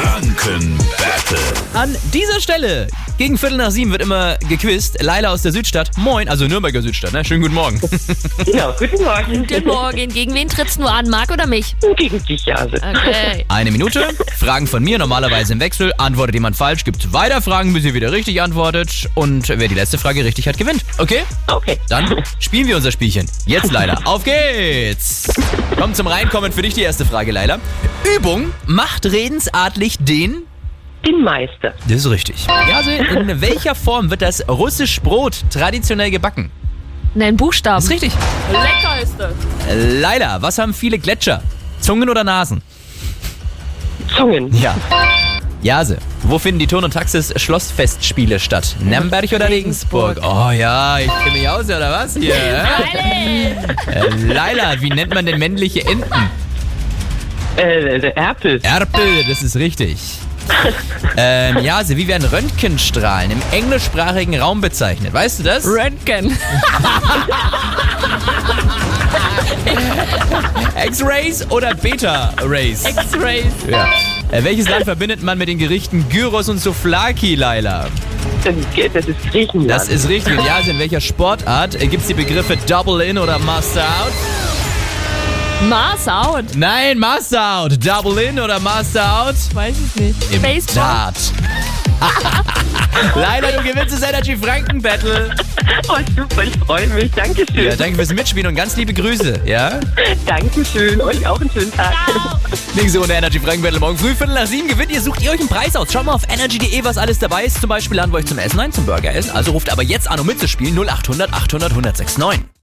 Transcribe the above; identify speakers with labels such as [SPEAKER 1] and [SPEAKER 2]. [SPEAKER 1] Franken Battle.
[SPEAKER 2] An dieser Stelle, gegen Viertel nach sieben wird immer gequizt. Leila aus der Südstadt. Moin, also Nürnberger Südstadt, ne? Schönen guten Morgen.
[SPEAKER 3] Ja, guten Morgen.
[SPEAKER 4] Guten Morgen. Gegen wen trittst du nur an, Marc oder mich?
[SPEAKER 3] Gegen dich, also. Jase.
[SPEAKER 4] Okay.
[SPEAKER 2] Eine Minute. Fragen von mir, normalerweise im Wechsel. Antwortet jemand falsch, gibt weiter Fragen, bis ihr wieder richtig antwortet. Und wer die letzte Frage richtig hat, gewinnt. Okay?
[SPEAKER 3] Okay.
[SPEAKER 2] Dann spielen wir unser Spielchen. Jetzt, Leila. Auf geht's. Komm zum Reinkommen für dich die erste Frage, Leila. Übung macht redensartlich den.
[SPEAKER 3] Den Meister.
[SPEAKER 2] Das ist richtig. Ja, also in welcher Form wird das russisch Brot traditionell gebacken?
[SPEAKER 4] Nein, Buchstaben.
[SPEAKER 2] Ist richtig.
[SPEAKER 4] Lecker ist das.
[SPEAKER 2] Leila, was haben viele Gletscher? Zungen oder Nasen?
[SPEAKER 3] Zungen.
[SPEAKER 2] Ja. Jase, wo finden die Turn- und Taxis-Schlossfestspiele statt? Nürnberg oder Regensburg? Oh ja, ich kenne mich aus, oder was hier? hä? Äh, Leila, wie nennt man denn männliche Enten?
[SPEAKER 3] Äh, der Erpel.
[SPEAKER 2] Erpel, das ist richtig. Ähm, Jase, wie werden Röntgenstrahlen im englischsprachigen Raum bezeichnet? Weißt du das?
[SPEAKER 4] Röntgen.
[SPEAKER 2] X-Rays oder Beta-Rays?
[SPEAKER 4] X-Rays.
[SPEAKER 2] Ja. Äh, welches Land verbindet man mit den Gerichten Gyros und Souvlaki, Leila?
[SPEAKER 3] Äh, Das ist Griechenland.
[SPEAKER 2] Das ist richtig. Und ja, also in welcher Sportart äh, gibt's die Begriffe Double In oder Master Out?
[SPEAKER 4] Mars out.
[SPEAKER 2] Nein, Master Out. Double In oder Master Out?
[SPEAKER 4] Weiß ich nicht.
[SPEAKER 2] Im
[SPEAKER 4] Baseball.
[SPEAKER 2] Dart. Leila, du gewinnst das Energy Franken Battle.
[SPEAKER 3] oh, super. Ich freue mich. Dankeschön.
[SPEAKER 2] Ja, danke fürs Mitspielen und ganz liebe Grüße. Ja?
[SPEAKER 3] Dankeschön. Euch auch einen schönen Tag.
[SPEAKER 2] Nächste Runde Energy Franken Battle morgen früh, Viertel nach sieben gewinnt. Ihr sucht ihr euch einen Preis aus. Schaut mal auf energy.de, was alles dabei ist. Zum Beispiel laden wir euch zum Essen ein, zum Burger essen. Also ruft aber jetzt an, um mitzuspielen. 0800 800 1069.